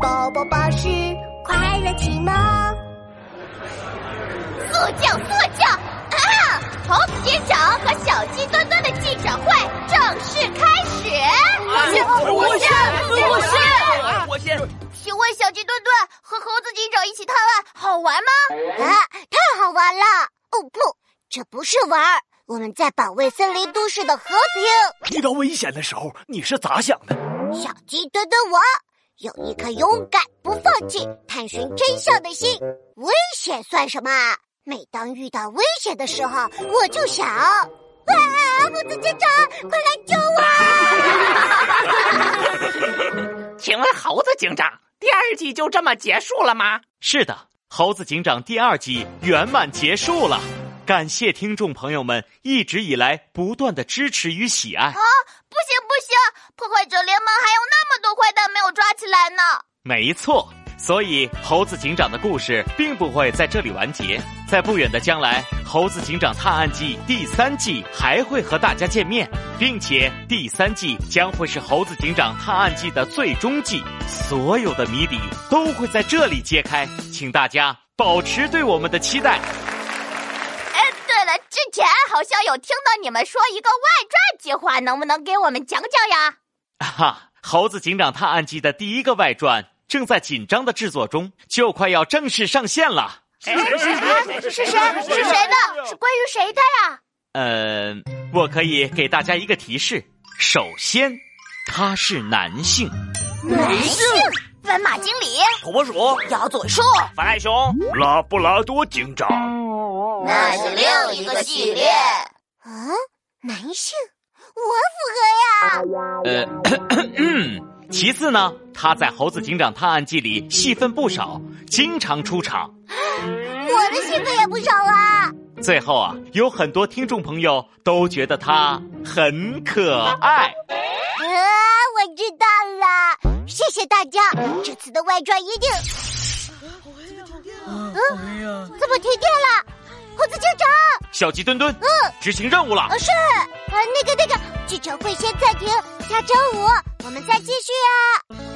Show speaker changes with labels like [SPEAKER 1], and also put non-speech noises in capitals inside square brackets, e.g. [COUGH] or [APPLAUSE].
[SPEAKER 1] 宝宝巴士快乐启蒙。
[SPEAKER 2] 速降速降啊！红警长和小鸡墩墩的记者会正式开始。
[SPEAKER 3] 啊我先，我先，我先。
[SPEAKER 2] 请问小鸡墩墩和猴子警长一起探案好玩吗？
[SPEAKER 1] 啊，太好玩了！哦不，这不是玩儿，我们在保卫森林都市的和平。
[SPEAKER 3] 遇到危险的时候，你是咋想的？
[SPEAKER 1] 小鸡墩墩我有一颗勇敢、不放弃、探寻真相的心。危险算什么？啊？每当遇到危险的时候，我就想：哇，猴子警长，快来救我！
[SPEAKER 4] 请问猴子警长，第二季就这么结束了吗？
[SPEAKER 5] 是的，《猴子警长》第二季圆满结束了，感谢听众朋友们一直以来不断的支持与喜爱。
[SPEAKER 2] 不行不行，破坏者联盟还有那么多坏蛋没有抓起来呢。
[SPEAKER 5] 没错，所以《猴子警长》的故事并不会在这里完结，在不远的将来，《猴子警长探案记》第三季还会和大家见面，并且第三季将会是《猴子警长探案记》的最终季，所有的谜底都会在这里揭开，请大家保持对我们的期待。
[SPEAKER 2] 哎，对了，之前好像有听到你们说一个外传计划，能不能给我们讲讲呀？
[SPEAKER 5] 啊 [LAUGHS] 哈！《猴子警长探案记》的第一个外传正在紧张的制作中，就快要正式上线了。
[SPEAKER 2] 是谁？是谁的？是关于谁的呀？
[SPEAKER 5] 呃，我可以给大家一个提示：首先，他是男性。
[SPEAKER 2] 男性斑马经理、
[SPEAKER 3] 土拨鼠、
[SPEAKER 2] 咬嘴兽，
[SPEAKER 3] 法莱熊、拉布拉多警长。
[SPEAKER 2] 那是另一个系列。
[SPEAKER 1] 啊，男性，我符合呀！
[SPEAKER 5] 呃，嗯。其次呢，他在《猴子警长探案记》里戏份不少，经常出场。
[SPEAKER 1] 我的性格也不少啊。
[SPEAKER 5] 最后啊，有很多听众朋友都觉得他很可
[SPEAKER 4] 哎
[SPEAKER 5] 爱。
[SPEAKER 1] 啊，我知道了，谢谢大家，这次的外传一定。嗯，怎么停电了？猴子警长，
[SPEAKER 5] 小鸡墩墩，执行任务了。
[SPEAKER 1] 啊是，啊那个那个，记者会先暂停，跳周舞，我们再继续啊。